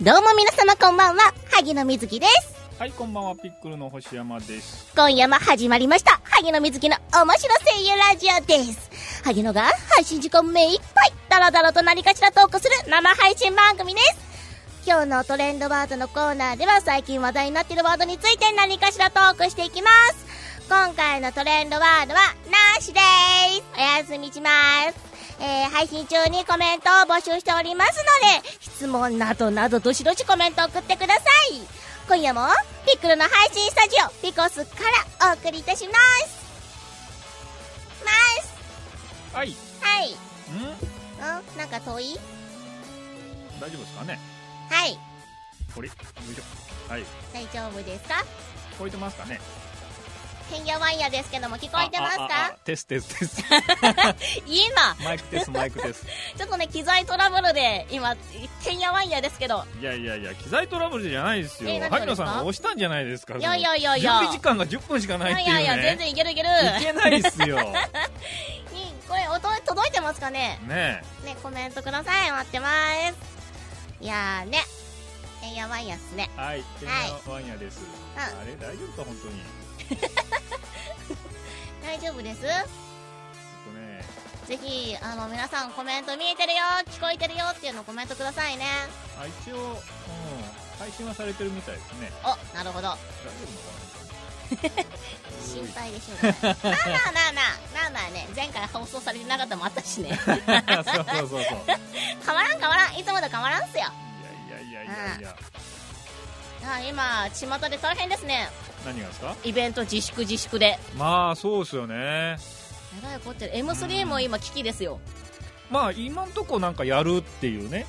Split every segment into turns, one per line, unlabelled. どうも皆様こんばんは、萩野瑞希です。
はい、こんばんは、ピックルの星山です。
今夜も始まりました、萩野瑞希の面白声優ラジオです。萩野が配信時間目いっぱい、ダラダラと何かしらトークする生配信番組です。今日のトレンドワードのコーナーでは最近話題になっているワードについて何かしらトークしていきます。今回のトレンドワードは、なしです。おやすみします。えー、配信中にコメントを募集しておりますので、質問などなどどしどしコメントを送ってください。今夜も、ピックルの配信スタジオ、ピコスからお送りいたします。ます。
はい。ん
はい。んなんか遠い
大丈夫ですかね
はい。
これ、よいしょ。はい。聞
大丈夫ですか
こえてますかね
てんやわんやですけども聞こえてます
あああ
か
テステステス。
今、
マイクテス、マイクテス。
ちょっとね、機材トラブルで、今、てんやわんやですけど、
いやいやいや、機材トラブルじゃないですよ
え。何
萩
で
野
す
さ
か
んが押したんじゃないですか
いやいやいやいや
準備時間が10分しかないいっていう、
や
ね。
いや、全然いけるいける。
いけないっす よ。
にこれ音届いてますかね
ね
ねコメントください待ってますいやーねてんやわんやっすね
え。はい。てんやわんやです。
うん
あれ、大丈夫か、本当に。ち
大丈夫です
ょっとね。
ぜひあの皆さんコメント見えてるよ聞こえてるよっていうのコメントくださいね
あ、一応、うん。配信はされてるみたいですね。
おなるほど
大丈夫
心
なのかな
配でしょうねまあまあまあまあまあまあね前回放送されてなかったのもあったし ね変わ
そうそうそうそ
ら
う。
ん変わらんいつもと変わらんっすよ
いやいやいやいやいや。
あ今巷で大変ですね
何がですか？
イベント自粛自粛で
まあそうですよね。
えらいこっちゃ M3 も今危機ですよ
まあ今んとこなんかやるっていうね。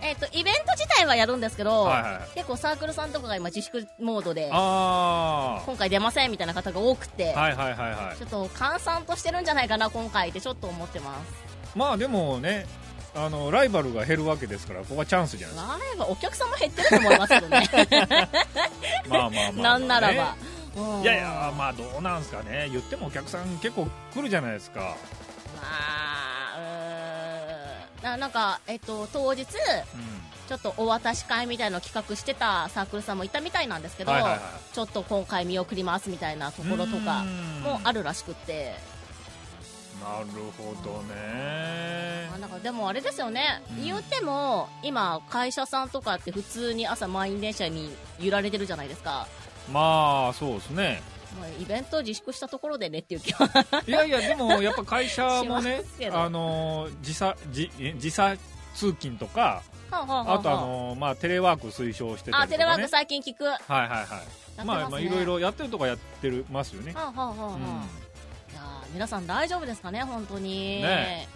えっ、とイベント自体はやるんですけど、
はいはいはい
結構サークルさんとかが今自粛モードで
あ
今回出ませんみたいな方が多くて、
あ。はいはいはいは
ちょっと閑散としてるんじゃないかな今回ってちょっと思ってます
い。まあでもね、あのライバルが減るわけですから、ここはチャンスじゃないで
ライブお客さんも減ってると思います けどね
すか。 まあまあまあま
な
あね
んならば、。うん
いやいやまあどうなんすかね。言ってもお客さん結構来るじゃないですか。
まあうーんななんか、えっと、当日
うん。
ちょっとお渡し会みたいなのを企画してたサークルさんもいたみたいなんですけど、
はいはいはい
ちょっと今回見送りますみたいなところとかもあ
る。
るらしくって、
なるほどね
あ。なんかでもあれですよね、
うん
言っても今会社さんとかって普通に朝満員電車に揺られてるじゃないですか、
まあそうですね。
まあ、イベントを自粛したところでねっていう気は
いやいや、でもやっぱ会社もね
しますけ、ど
あの時差時え時差通勤とか、
ははは
あとあの、まあ、テレワーク推奨してた
あ
り
テ
とか、ね、
レワーク最近聞くやって
はいはいはい、
ますね
まあ、まあいろいろやってるとかやってるますよね。
はあはあはあはあいやー皆さん大丈夫ですかね本当に、
ね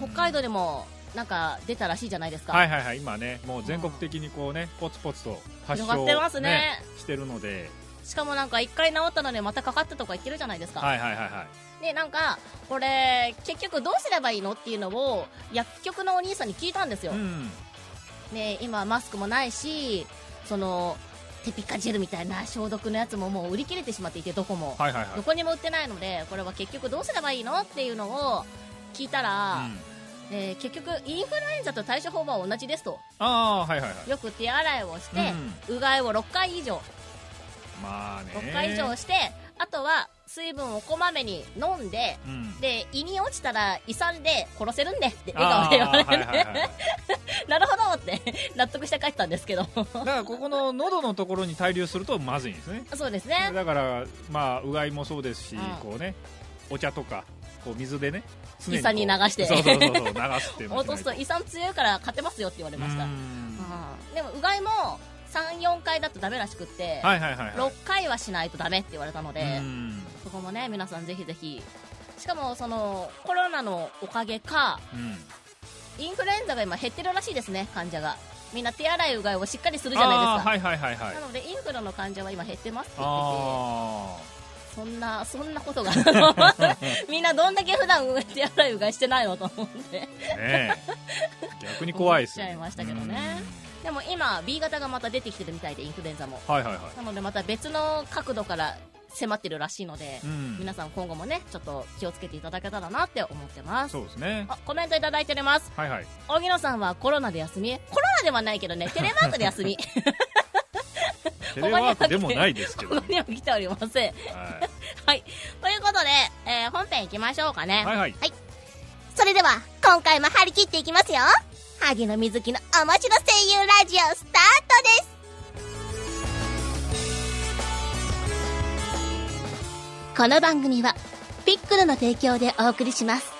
う
北
ん
海道でもなんか出たらしいじゃないですか、
はいはいはい、今ね、もう全国的にこうね、ポツポツと発症
広がってますね
してるので、
しかもなんか一回治ったのにまたかかったとか言ってるじゃないですか、
はいはいはいはい。
でなんかこれ結局どうすればいいのっていうのを薬局のお兄さんに聞いたんですよ、
うん、
ね、今マスクもないしそのテピカジェルみたいな消毒のやつももう売り切れてしまっていてどこも、
はいはいはい。
どこにも売ってないのでこれは結局どうすればいいのっていうのを聞いたら、
うん
えー結局インフルエンザと対処法は同じですと
ああー、はいはいはい。
よく手洗いをして、うがいを6回以上
まあね。
6回以上して、あとは水分をこまめに飲んで
うん。
で胃に落ちたら胃酸で殺せるんでって笑顔で言われて、
あーはいはいはいはい
なるほどって 納得して帰ったんですけど
だからここの喉のところに滞留するとまずいんですね
そうですね
だからまあうがいもそうですし、
うん
こうねお茶とかこう水でね常
胃酸に流して
そうそうそうそう流すっていうのを
落
しな
と
い
すと胃酸強いから勝てますよって言われました
うーん
うんでもうがいも34回だとダメらしくって、
はいはいはいは
6回はしないとダメって言われたの
い、
で
うー、ん
そこもね皆さんぜひぜひしかもそのコロナのおかげか
うん
インフルエンザが今減ってるらしいですね患者がみんな手洗いうがいをしっかりするじゃない
あ
です
ー
か、
はいはいはいはい
なのでインフルの患者は今減ってますって言って
あ
てそんなそんなことが みんなどんだけ普段手洗いうがいしてないのと思って
あ ねえ逆に怖いですよね
思っちゃいましたけどねでも今 B 型がまた出てきてるみたいでインフルエンザも
うんはいはいはい
なのでまた別の角度から迫ってるらしいので、
うん
皆さん今後もねちょっと気をつけていただけたらなって思ってます
そうですね
あコメントいただいております
はいはい
荻野さんはコロナで休みコロナではないけどねテレワークで休み
テレワークでもないですけ
こ
ど、
こ
は
には来ておりませんはいということで、えー本編いきましょうかね、
い、はいはい
それでは今回も張り切っていきますよ萩野瑞希の面白声優ラジオスタートですこの番組はピックルの提供でお送りします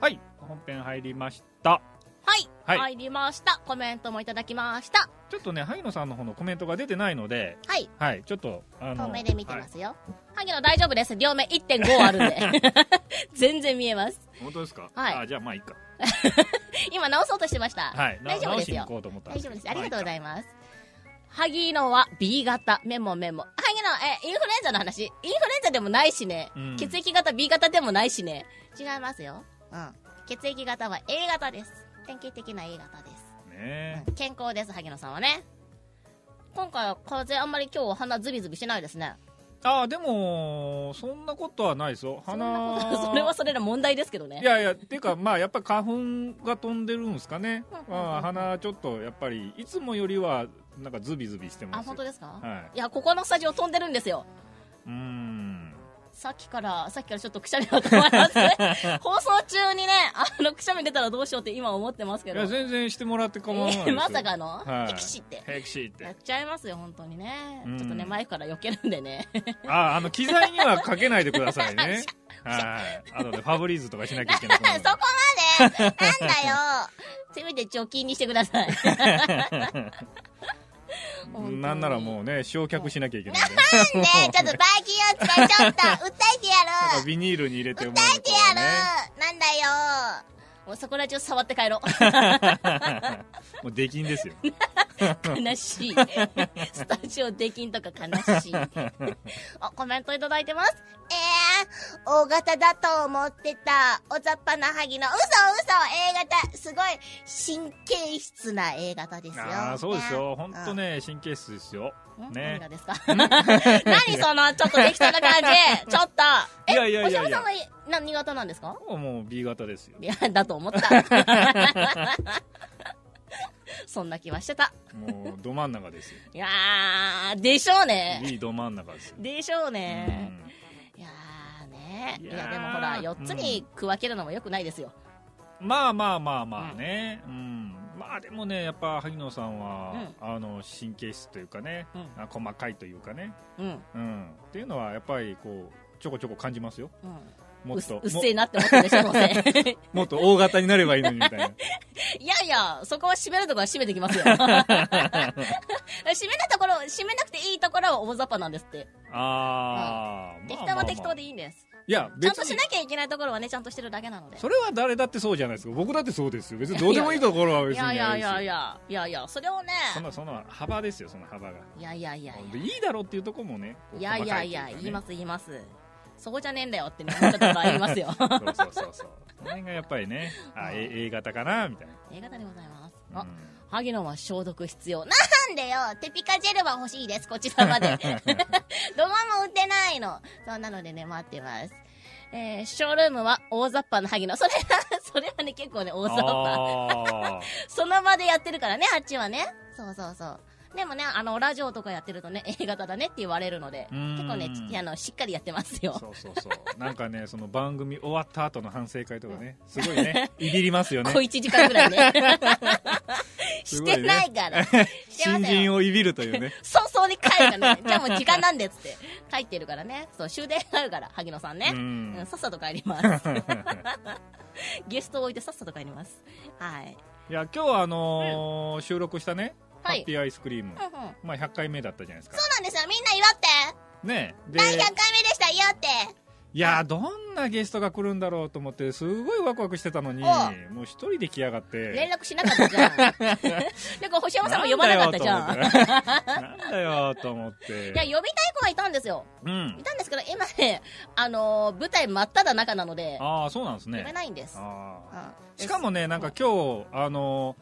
はい本編入りました
はい、
はい
入りましたコメントもいただきました
ちょっとね萩野さんの方のコメントが出てないので
はい
はいちょっとあの
遠目で見てますよ、萩野大丈夫です両目1.5あるん で全然見えます
はい本当ですか
はい
あじゃあまあいいか
今直そうとしてました、
はいな
大丈夫です
直しに行
よ
こうと思ったん
大丈夫です。ありがとうござい
ま
ます。萩野は B 型。メモメモ。萩野、え、インフルエンザの話。インフルエンザでもないしね。
うん
血液型 B 型でもないしね。違いますよ。うん。血液型は A 型です。典型的な A 型です。
すね
うん健康です、萩野さんはね。今回は風邪あんまり今日鼻ズビズビしてないですね。
ああでもそんなことはないですよ
そんな
鼻
こと それはそれら問題ですけどね。
いやいやっていうかまあやっぱり花粉が飛んでるんですかね
うんうんうん
まあ鼻ちょっとやっぱりいつもよりはなんかズビズビしてます
あ、
よ
本当ですか、
はい
や、ここのスタジオ飛んでるんですよ。
うーん
さっきから、さっきからちょっとくしゃみが止ま りますね。放送中にね、あの、くしゃみ出たらどうしようって今思ってますけ
い
ど。
や全然してもらって構わないです
え
よ
ーまさかの、
はい
ピクシって。
ヘクシーっ
やってちゃいますよ、本当にね。
うん
ちょっとね、マイクから避けるんでね。
あああの機材にはかけないでくださいねはいあとでファブリーズとかしなきゃいけない
そこま でなんだよせめて貯金にしてください。本当に
なんならもうね焼却しなきゃいけないん で
ねえ、ちょっとバイキンを使いちょっと、訴えてや
なん
ろ
か
う
ビニールに入れてもう
訴えてやろう、
ね
なんだよもうそこら中触って帰ろう。
もう出禁ですよ
悲しいスタジオ出禁とか悲しい あコメントいただいてますえー、大型だと思ってたおざっぱな萩の嘘嘘 A 型すごい神経質な A 型ですよ
ああそうですよ
ね
本当ね神経質ですよ
ん
ね
何がですか 何そのちょっと適当な感じちょっとえ
いやいやいやい
おしゃ
や
べさんは何型なんですか
もう B 型ですよ
いやだと思った そんな気はしてた
もうど真ん中ですよ
いやーでしょう ね
B ど真ん中ですよ
でしょう
う
ね、
ん
いやーねい
い
や
やー
でもほら4つに区分けるのもよくないですよ、
まあまあまあまあね、うんまあでもねやっぱ萩野さんは、あの神経質というかね、
うん
あ細かいというかね、
うんうん
うん、っていうのはやっぱりこうちょこちょこ感じますよも
う
っ
っ
とも
うっせえなって思ってるでしょどうせ
もっと大型になればいいのにみたいな
いやいやそこは締めるとこは締めてきます よ締めるところ締めなくていいところは大雑把なんですって
あー、
適
まあまあ
当
まあ
は適当でいいんです、
いや
ちゃ
別
んとし
に
なきゃいけないところはねちゃんとしてるだけなので
それは誰だってそうじゃないですか僕だってそうですよ別にどうでもいいところは別
い
にあ
や
れ
い
ですよ
やいやいやいやいやそれをね
そのその幅ですよその幅が
いやいやいやいや
でいいだろうっていうところもねこう
いやいやい
細
や
かとうかね
言います言いますそこじゃねえんだよってね思ったところは言い ますよ
そうそうそうそうその辺がやっぱりねあ A, A 型かなみたいな
A 型でございます、
うん
あ萩野は消毒必要。なんでよテピカジェルは欲しいです、こちらまで。ど こも売ってないの。そうなのでね、待ってます。えー、ショールームは大雑把な萩野。それは、 それはね、結構ね、大雑把。
あ
その場でやってるからね、あっちはね。そうそうそう。でもね、あの、ラジオとかやってるとね、A 型だねって言われるので、
うーん
結構ね、ちあの、しっかりやってます
ー
よ。
そうそうそうなんかねその番組終わった後の反省会とかねすごい ねいびりますよね
小1時間ぐらいね。
す
し
ごいね
てないから。してません
新
よ
人をいびるというね
早々に帰るからね。じゃあもう時間なんでっつって。帰ってるからね。そう、終電があるから、萩野さんね。う
う
んん、さっさと帰り ます。ゲストを置いてさっさと帰ります。はい。
いや今日はあのー収録したね
は
ハ
い
ッピーアイスクリーム
うんうん。そうな
まあ100回目だったじゃないですか
んですよ。みんな祝って。
ねで
第100回目でした、祝って。
いやーどんなゲストが来るんだろうと思ってすごいワクワクしてたのに
おう
もう一人で来やがって
連絡しなかったじゃん。で、こう、星山さんも呼ばなかったじゃん。い
なんだよと思って。
や、呼びたい子がいたんですよ。
うん
い。たんですけど、今ね、あのー舞台真っ只中なので、
ああ、そうなんです
呼べ
ね。
ないんです。
あ
あ
ーしかもね、なんか今日、あの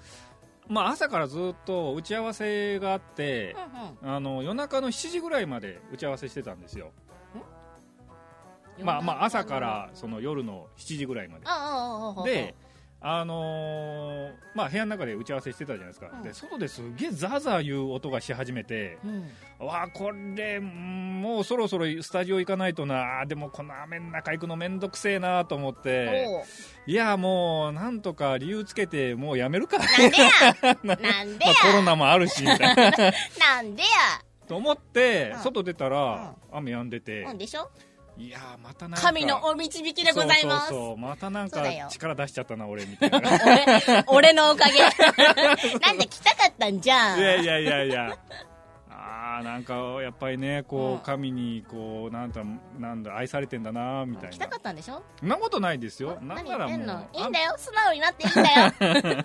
ー、まあ朝からずっと打ち合わせがあって
うん、うん
あの、夜中の7時ぐらいまで打ち合わせしてたんですよ。まあまあ朝か。らその夜の7時ぐらいまで
あ。あああ、ああ、
で、あのーまあ部屋の中で打ち合わせしてたじゃないですか。
うん
で、外ですげえザーザーいう音がし始めて、
うん。
わあこれうんもうそろそろスタジオ行かないとなあーでもこの雨の中行くのめんどくせえなと思って
おう
いやもうなんとか理由つけてもうやめるか
なんでやなんで
ま
や
あコロナもあるしみた いな
なんで
と思って
うん
外出たら雨止んでて
やうんでしょ
いやーまたなんか
神のお導きでございます。
そうそうそうまたなん
そう
か
だよ
力出しちゃったな俺みたいない
俺、俺のおかげ。 なんで来たかったんじゃん。
や いやいやいやあーなんかやっぱりね
う
こ
ん
う神にこうなんだなんだ愛されてんだなみたい
来
な
たかったんでしょ
そんなことないですよ。な
何
んな
言っ
ら
て
も
ん
う。
のいい
あ
んだよ素直になっていいんだよ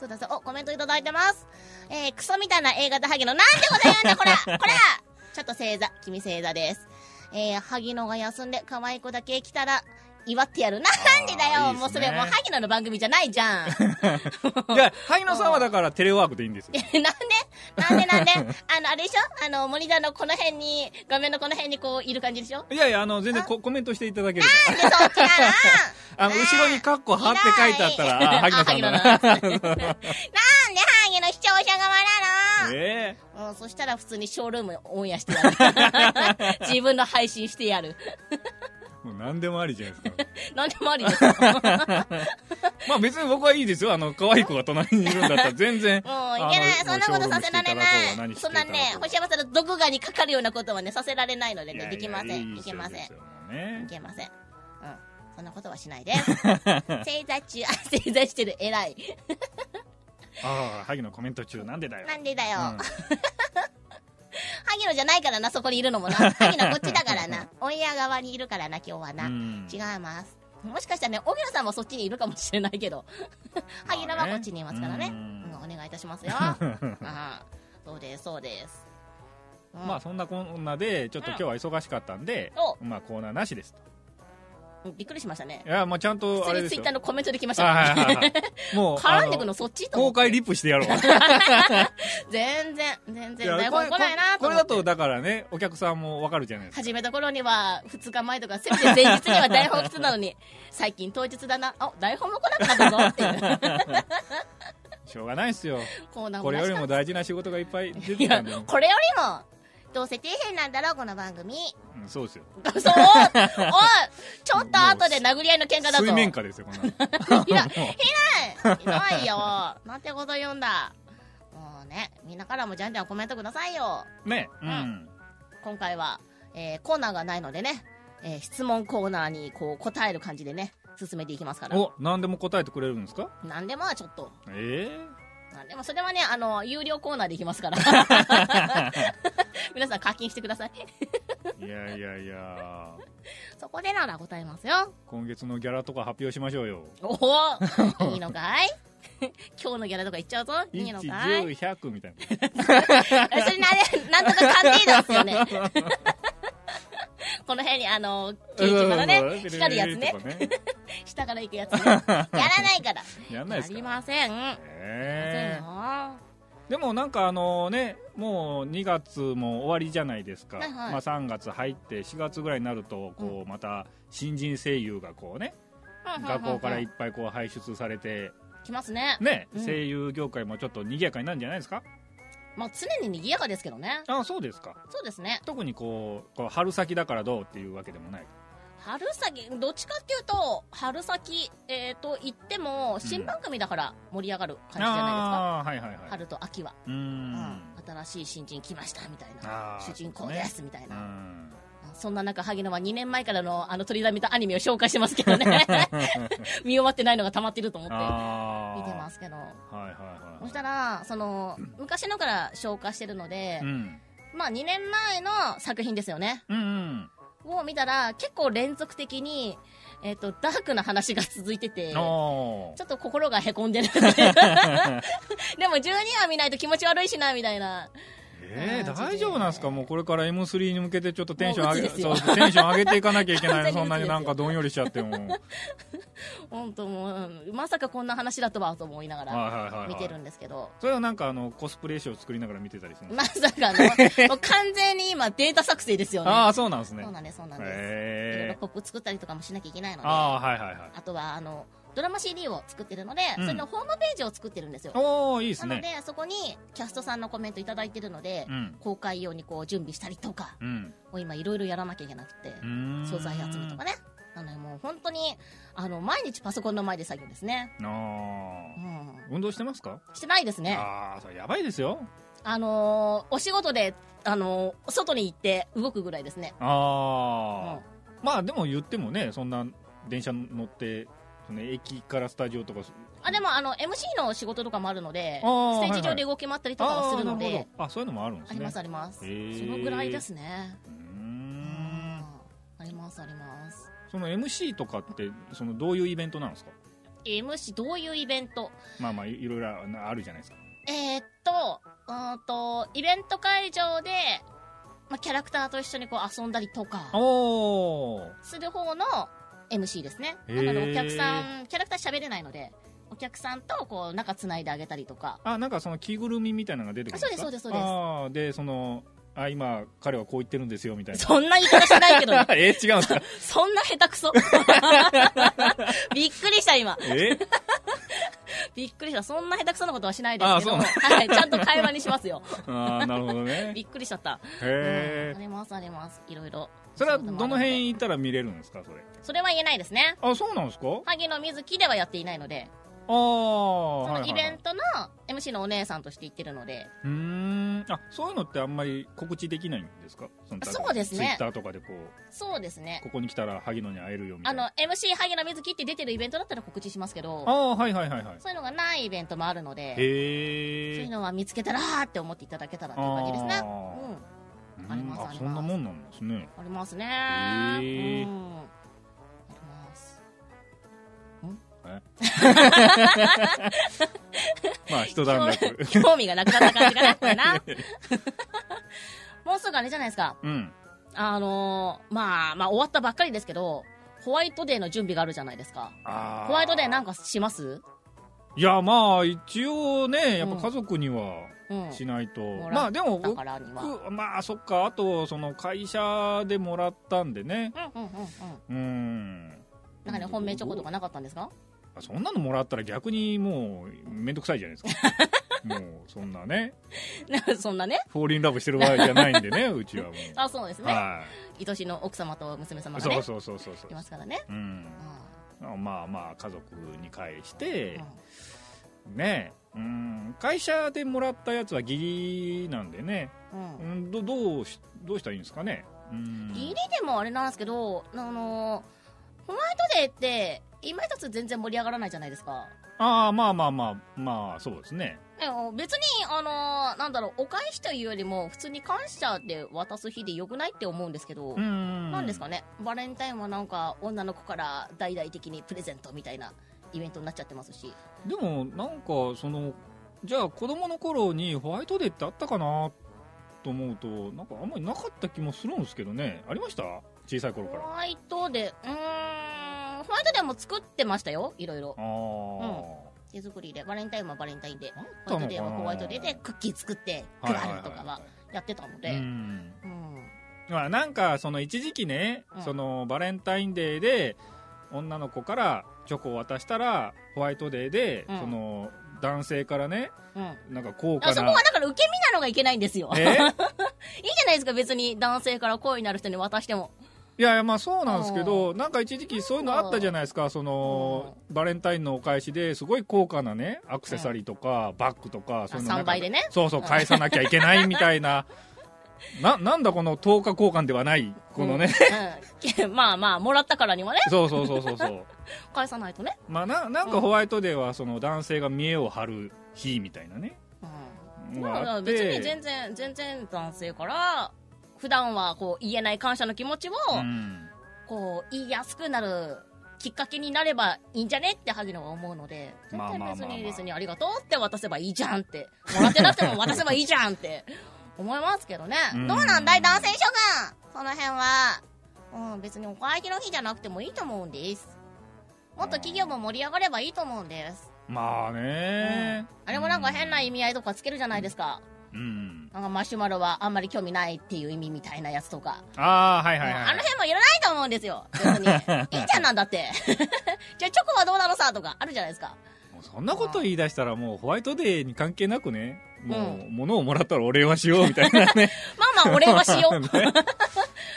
そうだそうおコメントいただいてますえー、クソみたいな A 型ハゲのなんでございうんだこらこらちょっと正座君正座ですえー、萩野が休んで可愛い子だけ来たら祝ってやるなんでだよ
いいですね
もうそれもう萩野の番組じゃないじゃん なん
いや、萩野さんはだからテレワークでいいんですよ。
でなんでなんであのあれでしょあのモニターのこの辺に画面のこの辺にこういる感じでしょ
いやいや、あの、全然ココメントしていただける
なんでそっちな
から。あの、後ろにカッコ貼って書いてあったら、あ
い
萩野さんだ
あ
な。
なんでハゲの視聴者側なの、
え
うん、そしたら普通にショールームオンエアしてや る。自分の配信してやる。
えもう何でもありじゃないですか。
なんでもありですよ。
まあ別に僕はいいですよ。あの、可愛い子が隣にいるんだった ら全然。
もういけない。そんなことさせられない。そんなね、星山さんの毒牙にかかるようなことはね、させられないのでね、できません。いけません。い
ん。
けません。うん。そんなことはしない で。正座中、あ、正座してる、偉い。
ああ、萩野コメント中、なんでだよ。
なんでだよ。
うん
萩野じゃないからな、そこにいるの もな。萩野こっちだからな。オンエア側にいるからな、今日はな。
うん
違います。もしかしたらね、荻野さんもそっちにいるかもしれないけど、萩野はこっちにいますからね。
うん
うんお願いいたし ますよ。あそうです、そうです。うん
まあそんなこんなで、ちょっと今日は忙しかったんで、まあコーナーなしです。
びっくりしましたね
い。や、まあちゃん
普
と、あ
通
れ
に
で
ツイッ
すよ
ター。のコメントで きまし
あ
た
はいはい
ね
は。いもう
絡んでく
あ
のそっちと思
公
って
開リップしてやろう
全然、全
い
然
や
台
こ
本
れ
来ないなと
これ
思っ
だ
て。
とだからねお客さんもわかるじゃないですか
始めた頃には2日前とかせめて前日には台本必要なのに最近当日だなあ台本も来なくなったぞっていう
しょうがないですよ
コーナーも
これ
な
よ
し
り
か
も大事な仕事がいっぱい出
い
てた
や
んで、
これよりもどうせ底辺なんだろうこの番 組
うんそうですよ
そうおいちょっと後で殴り合いの喧嘩だと
水面下ですよこんなの
いやひどいひどいよ なんてこと言うんだもうねみんなからもじゃんじゃんコメントくださいよ
ねう
うん今回は、えーコーナーがないのでね、えー質問コーナーにこう答える感じでね進めていきますから
お何でも答えてくれるんですか
何でもはちょっと
え
あでもそれはね、あの、有料コーナーでいきます から。皆さん課金してください。
えいやいやいや
そこでなら答えますよ。
今月のギャラとか発表しましょうよ
お おいいのかい 今日のギャラとか言っちゃうぞいいのかい
1010100みたいな
えそれなれ、なんとか鑑定団ですよね。 この辺にあの、掲示板のね、光るやつね
と、かね
下から行くやつね。やらないから。
やんない
や
です
り
か
ません。
ええ
ま
でもなんかあのねもう2月も終わりじゃないですか、
はいはい
まあ、3月入って4月ぐらいになるとこうまた新人声優がこうね、
せんよ
学校からい
行
っぱいこう輩出されて、
きますね。
ね
うん
声優業界もちょっと賑やかになるんじゃないですか
まあ常に賑やかですけどね。
あそうですか
そうですね。
特にこうこう春先だからどうっていうわけでもない
春先どっちかっていうと春先えっ、と言っても新番組だから盛り上がる感じじゃないですか、
ああーはいはいはい
春と秋は、
うー
うんん新しい新人来ましたみたいな
あ
主
ー
人公ですみたいうな、
ん
そんな中萩野は2年前からのあの取りだめたアニメを紹介してますけど ね見終わってないのが溜まってると思って
あ
見てますすけど
はいはい
そ
は
し
い
たらその昔のから紹介してるので
う、ん
まあ2年前の作品ですよね
うんうん
を見たら、結構連続的に、えっ、と、ダークな話が続いてて、ちょ
おー
っと心がへこん でる。でも12話見ないと気持ち悪いしな、みたいな。
え
マジ
ー、
で
大丈夫なんですかもうこれから M3 に向けてちょっとテンション上
もう
げ、
鬱ですよ
そうテンション上げていかなきゃいけな
完全
いの。
に
そんなに
鬱ですよ
なんかどんよりしちゃっても。はい
本当もう、うんまさかこんな話だとはと思いながら
はいはい、はい。
見てるんですけど。
それはなんかあの、コスプレ衣装作りながら見てたりするんです
まさかの、 もう完全に今データ作成ですよ
かあ
ね。
あ、そうなんですね。
そうなんです、そうなんです。いろいろ
へえ
ポップ作ったりとかもしなきゃいけないので、あ
ああー、はいはいはい。
とは、あの、ドラマ CD を作ってるので、
うん
それのホームページを作ってるんですよ。
おおいいです
なの
ね。
で、そこにキャストさんのコメントいただいてるので
う、ん。
公開用にこう準備したりとか、
うん。
もう今いろいろやらなきゃいけなくて
う、ーん
素材集めとか。ね。なのでもう本当に、あの、毎日パソコンの前で作業ですね。
あ
う
あ。
ん。
運動してますか
してないですね。
ああ、それやばいですよ。
あのーお仕事で、あのー外に行って動くぐらいですね。
ああ
う、ん
まあでも言ってもね、そんな電車乗って、その駅からスタジオとか。
あでもあの MC の仕事とかもあるので
あー
ステージ上で動き回ったりとかはするので、
あーなるほどあそういうのもあるんです
あ
ね
りますあります、
へー
そのぐらいですね
うー
うん
ん
ありますあります
その MC とかってそのどういうイベントなんですか
MC どういうイベント
まあまあいいろいろあるじゃないですか
えー、っとうーんとイベント会場で、まあ、キャラクターと一緒にこう遊んだりとか
おー
する方の MC ですね
へ
な
ー
のでお客さんキャラクター喋れないのでお客さんとこう中つないであげたりとか
あなんかその着ぐるみみたいなのが出てくるんですか
あそうですそうですそうです
ああでそのあ今彼はこう言ってるんですよみたいな
そんな言い方しないけどね
え違うんですか
そんな下手くそ。 びっくりした、今。
え
びっくりした。そんな下手くそなことはしないですけど、
あ
はい、ちゃんと会話にしますよ。
ああなるほどね
びっくりしちゃった。
へ
うんあ
え
ります、あります。いろいろ。
それはどの
そういうこともある
辺行ったら見れるんですかそれ
でそれは言えないですね。
あそうなんですか
萩野瑞希ではやっていないので、
ああ
そ
は
の
いはい
イ
はい
ベントの MC のお姉さんとして行ってるので、
うーんあそういうのってあんまり告知できないんですかその
そうですね
ツイッターとかでこう
そうですね。
ここに来たら萩野に会えるよみた
あ
い
の
な、
MC 萩野瑞希って出てるイベントだったら告知しますけど、
あーはいはいはいはい
そういうのがないイベントもあるので、そう
へ
いう
え
のは見つけたらーって思っていただけたらっていう感じですね。
あー
うん。ありますあります
そんなもんなんですね
ありますね。
へー
うん。あります。
まあ一段落
興味がなくなった感じがなったな。 もうすぐあれじゃないですか。
うん
あのーまあ、まあ終わったばっかりですけど、ホワイトデーの準備があるじゃないですか。
あー
ホワイトデーなんかします
いやまあ一応ねやっぱ家族には
うん。
しないと、
ん
まあでも
だからには。うんうん
僕まあそっかあとその会社でもらったんでね
うんうん。
うん
なんかね、本命チョコとかなかったんですか
あそんなのもらったら逆にもうめんどくさいじゃないです かもうそんなね
なん かそんなね。
フォーリンラブしてる場合じゃないん でねうちはもう
あ、そうですね。
は
愛しの奥様と娘様
い
が
そう
ね、
そうそうそうそ
いうますからね。
うん
う
まあまあ家族に返し
ん
て、ねうん会社でもらったやつは義理なんでね、
うん
う。ん、どどうしどうしたらいいんですかねうん
ギリでもあれなんですけど、あのホワイトデーって、今一つ全然盛り上がらないじゃないですか。
ああまあまあまあまあそうですね
でも別に、あのなんだろう、お返しというよりも、普通に感謝で渡す日でよくないって思うんですけど、
うん
なんですかね、バレンタインはなんか、女の子から大々的にプレゼントみたいなイベントになっちゃってますし、
でもなんかそのじゃあ子供の頃にホワイトデーってあったかなと思うとなんかあんまりなかった気もするんですけどねありました小さい頃
ホ
からあ
ワイトデー、うーん、ホワイトデーも作ってましたよ、いろいろ
あ。ー、
手作りで、バレンタインはバレンタインで、
あっ
ホ
た
ワ
の
イ
か
ト
な
デーはホワイトデーでクッキー作って配るとかはやってたの
いいい
で、
うん
うん。
まあなんかその一時期ね、
うん
そのバレンタインデーで女の子からチョコを渡したらホワイトデーで、
うん
その男性からね
うん
なんか高
あ
価
そこ
な
はだから受け身なのがいけないんですよ。いいじ
え
ゃないですか、別に男性から恋になる人に渡しても。
いやいやまあそうなんですけど、なんか一時期そういうのあったじゃないですか、そのバレンタインのお返しですごい高価なね、アクセサリーとか、バッグとか、そういうのなんか
3倍でね
そうそう、
うん
返さなきゃいけないみたいな、ななんだこの10日交換ではない、このね、
うん。うんまあまあ、もらったからにはね、
そうそうそうそうそう、
返さないとね。
まあななんかホワイトデーはその男性が見栄を張る日みたいなね、
うん。
のが
ま
あ
あ、
っ
別に
て、
全然、全然男性から普段はこう言えない感謝の気持ちを、
うん
こう言いやすくなるきっかけになればいいんじゃねって萩野は思うので絶
まあ
対
まあまあまあ
別に別にありがとうって渡せばいいじゃんってもらってなくても渡せばいいじゃんって思いますけどね
うん
どうなんだい男性諸君その辺は、うん、別にお会計の日じゃなくてもいいと思うんですもっと企業も盛り上がればいいと思うんです、
まあね、
あれもなんか変な意味合いとかつけるじゃないですか
うん
なんかマシュマロはあんまり興味ないっていう意味みたいなやつとか
ああはいはいは
あ
い、
の辺もいらないと思うんですよ。別 に。いいじゃんなんだって。 じゃあチョコはどうなのさとかあるじゃないですか。
もうそんなこと言い出したらもうホワイトデーに関係なくねもう物をもらったらお礼はしようみたいな ね
まあまあお礼はしよう。
ね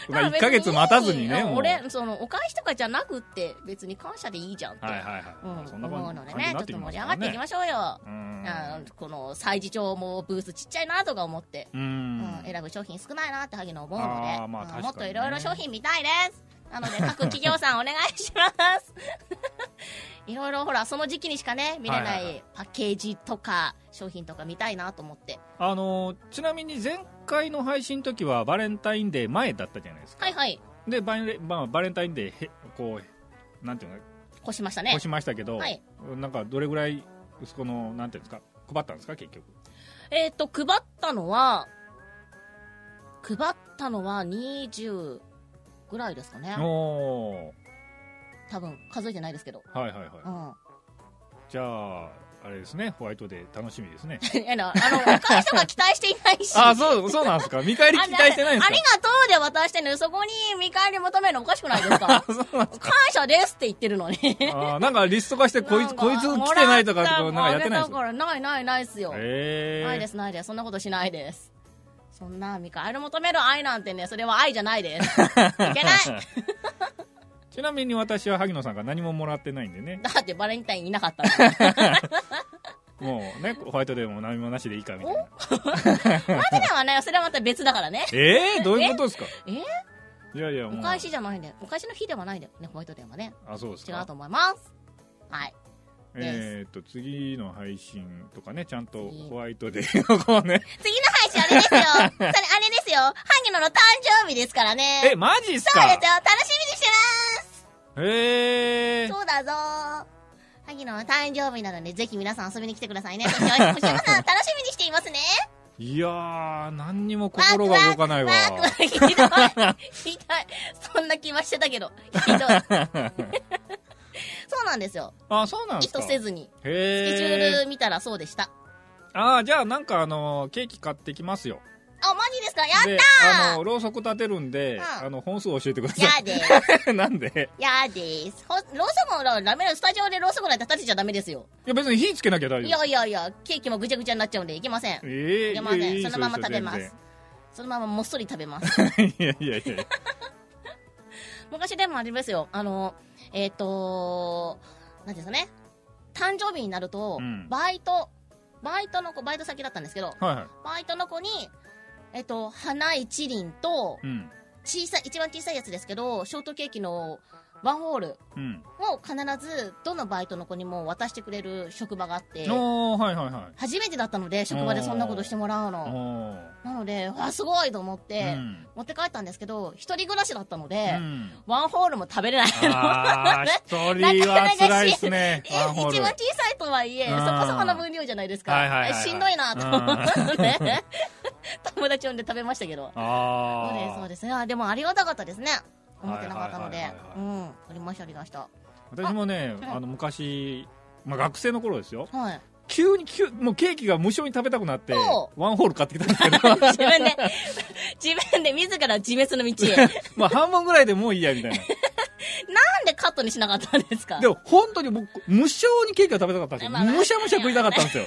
だから
1
別
か月待たずにね
うん
もう
俺、その、お返しとかじゃなくって、別に感謝でいいじゃんって。
はいはいはい、
うん、
そんな
思う
感
ので
じ感じ
ね
に、
ちょ
なっ
ってと
き
盛り
ますか
上が
ら
っていき
ね
ましょうよ。
うん
うん、この、祭事長もブースちっちゃいなとか思って、
う
うん
ん、
選ぶ商品少ないなって萩野思うので、
あーまあ
うん
確かにね
もっといろいろ商品見たいです。なので、各企業さんお願いし ます。いろいろほら、その時期にしかね、見れ
は
ない
はいはい
パッケージとか、商品とか見たいなと思って。
あのーちなみに前回の配信の時はバレンタインデー前だったじゃないですか、
はいはい、
でバレン、まあ、バレンタインデーへこうなんていうの
越しましたね
こう。しましたけど、
はい
なんかどれぐらいそのなんていうんですか配ったんですか結局
えっ、と、配ったのは、配ったのは20ぐらいですかね。
おー
多分、数えてないですけど。
はいはいはい、
うん。
じゃああれですねホワイトデー楽しみです ね
いやな、あの、お返しとか期待していないし。
あそうそうなんですか見返り期待してないんで
あ
す
あり
か
がとうで渡してね、そこに見返り求めるのおかしくないです か
そうなん
感謝ですって言ってるのに。
あーなんかリスト化してこい
な
つ
んか
こいつ来てないとか
もらった
こうなんかやってないんです
もあ
か
げたからないないないっすよ。
え
ないですないです。そんなことしないです。そんな見返り求める愛なんてね、それは愛じゃない です。いけない
ちなみに私は萩野さんが何ももらってないんでね
だってバレンタインいなかった のに。
もうねホワイトデーも何もなしでいいかみたいな
マジではね、それはまた別だからね。
ええどういうことですか
ええ
いやいやもう
お返しじゃないんだよ。お返しの日ではないんだよね、ホワイトデーはね。
あそうです
違う
か
と思います。はい。
えーっと次の配信とかねちゃんと
次
ホワイトデーをこうね
次の配信あれですよ。それあれですよ。萩野の誕生日ですからね。
えマジっす
そうです
か
よ。楽しみにしてます。
ええ
そうだぞー。萩野の誕生日なので、ぜひ皆さん遊びに来てください ね。そして私も島さん、楽しみにしていますね。
いやー何にも心が動かないわ
ワクワクひどい。ひどい。そんな気はしてたけど。ひどい。 そうなんですよ。
あそうなん
意
ですか
図せずに。スケジュ
へ
ー
え
ル見たらそうでした。
ああじゃあなんかあのケーキ買ってきますよ
あ、マジですかやったー
であのろうそく立てるんで、
うん
あの本数教えてくだ
や
さ
でーす。
い なんで
やでーす。ほろうそくもらうダメだよ。スタジオでろうそくなんて立てちゃダメですよ。
いや別に火つけなきゃ大
い
丈夫
やいやいや、ケーキもぐちゃぐちゃになっちゃうんで、いけません。
ええ
いけません
いやいい
そのまま
ですよ
食べますそのままもっそり食べます。
全然いやいやいや
昔でもありますよ。あの、えっ、と、なんていうんですかね。誕生日になると、
うん
バイト、バイトの子、バイト先だったんですけど、
はいはい
バイトの子に、えっ、と、花一輪と、
うん
小さい、一番小さいやつですけど、ショートケーキのワンホール
うん
を必ず、どのバイトの子にも渡してくれる職場があって、
おーはいはいはい
初めてだったので、職場でそんなことしてもらう
お
の。
ー
なので、わあ、すごいと思って、
うん
持って帰ったんですけど、一人暮らしだったので、
うん
ワンホールも食べれないの。
あー一人は辛いですね
え
ワン
一
ホ
番
ー
小
ル
さいとはいえ、そ
うん
こそこの分量じゃないですか。
はいはいはいはい
しんどいなと思って、 ね、友達呼んで食べましたけど。そうです、
あ
そう
あ
です。あでもありがたかったですね。思ってなかったの
はい
で
はいはい。
う
は
ん。ありました、ありました。
私もね
うん
あの昔まあ学生の頃ですよ
はい。
急に急もうケーキが無償に食べたくなって
お
ワンホール買ってきたんですけど
自分で、 自分で自ら自滅の道 へ。なん
まあ半分ぐらいでもういいやみたいな
でカットにしなかったんですか
でも本当に僕無償にケーキが食べたかったんですよ、
まあまあ
むしゃむしゃ食いたかったんで すよ。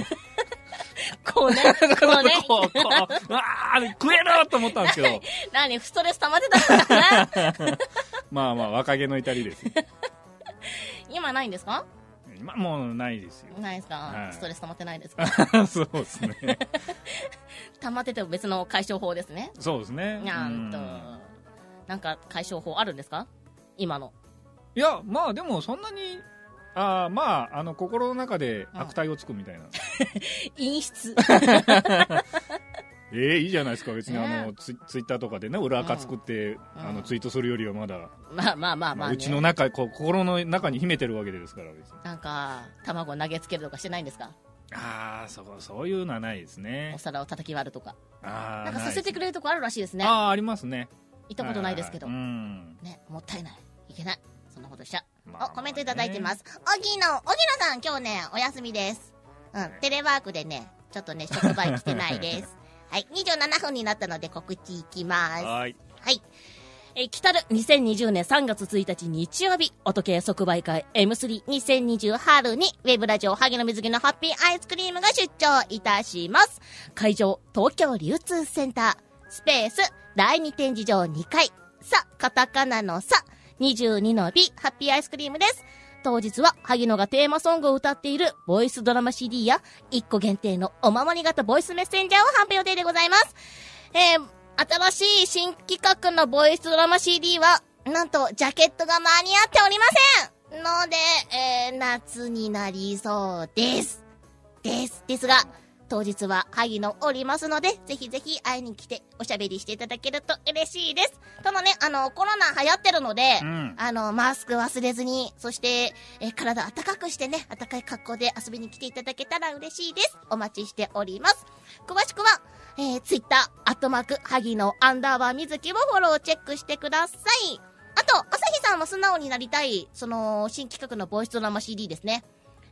こうね、こうね
こうこうあー食えると思ったんですけど
何、ストレス溜まってたのかな
まあまあ若気の至 りです
今ないんですか
今もうないで すよ
ないです
は
か
い
ストレス溜まってないですか
そうですね
溜まってても別の解消法ですね。
そうですね
なんと
うん。
なんか解消法あるんですか今の。
いやまあでもそんなにあーまああ の心の中で悪態をつくみたいな、
陰湿。
ええいいじゃないですか別に
ね
あのツイツイッターとかでね裏垢作って、
ん
あのツイートするよりはまだ、
まあまあまあまあ、ね、
うちの中こう心の中に秘めてるわけですから別に
なんか卵投げつけるとかしてないんですか
ああそこそういうのはないですね
お皿を叩き割るとか
あ
な
あ
んかさせてくれるとこあるらしいですね
ねああありますね
行ったことないですけど、
ははうん
ねもったいないいけないそんなことしちゃ
まあま
お、
あね
コメントいただいてます。おぎの、おぎのさん、今日ね、お休みです。うん、テレワークでね、ちょっとね、職場に来てない です。はい、27分になったので告知いきます。は
はい
い。
えー来たる2020年3月1日日曜日、おとけ即売会 M32020
春に、ウェブラジオ、萩野水着のハッピーアイスクリームが出張いたします。
会場、
東京流通センター、スペース、第二展示場2階、さ、カタカナのさ、22の B、ハッピーアイスクリームです。当日は、萩野がテーマソングを歌っている、ボイスドラマ CD や、1個限定のお守り型ボイスメッセンジャーを販売予定でございます。えー、新しい新企画のボイスドラマ CD は、なんと、ジャケットが間に合っておりませんので、えー、夏になりそうです。です。ですが、当日は萩野おりますので、ぜひぜひ会いに来て、おしゃべりしていただけると嬉しいです。ただね、あの、コロナ流行ってるので、
うん
あの、マスク忘れずに、そして、えー体暖かくしてね、暖かい格好で遊びに来ていただけたら嬉しいです。お待ちしております。詳しくは、えー、ツイッター、アットマーク、萩野アンダーバーみずきをフォローチェックしてください。あと、朝日さんも素直になりたい、その、新企画のボイスドラマ CD ですね。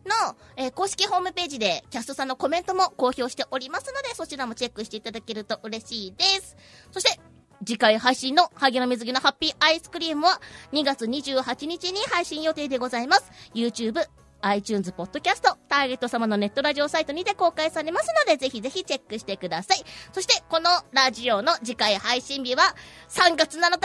の、えー公式ホームページでキャストさんのコメントも公表しておりますので、そちらもチェックしていただけると嬉しいです。そして、次回配信の萩野水着のハッピーアイスクリームは2月28日に配信予定でございます。YouTube、iTunes、Podcast、ターゲット様のネットラジオサイトにて公開されますので、ぜひぜひチェックしてください。そして、このラジオの次回配信日は3月7日、萩野の誕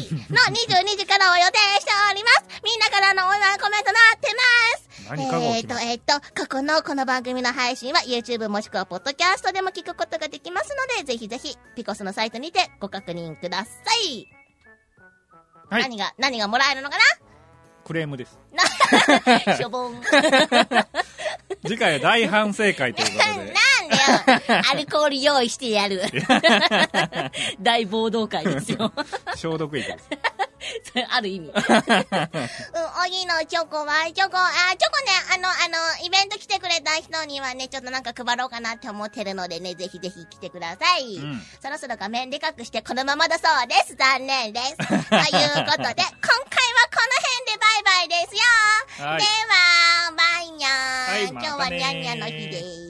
生日の22時からを予定しております。みんなからのお祝いコメント待ってます。
何かが
え
起
っ
き
と、
ます、
えっと、過去のこの番組の配信は YouTube もしくは Podcast でも聞くことができますので、ぜひぜひ、ピコスのサイトにてご確認ください。
はい
何が、何がもらえるのか
クレームです
なしょぼん。なんでよ
次回は大反省会 ということで
アルコール用意してや る。
大暴動会です よ。
消毒液です
それある 意味。
うん、おぎのチョコは、チョコ、あ、チョコね、あの、あの、イベント来てくれた人にはね、ちょっとなんか配ろうかなって思ってるのでね、ぜひぜひ来てください。
うん
そろそろ画面でかくしてこのままだそうです。残念 です。ということで、今回はこの辺でバイバイですよ。
はい
では、バイニャー、
はい
今日は
また
ニ
ね
ャンニャンの日です。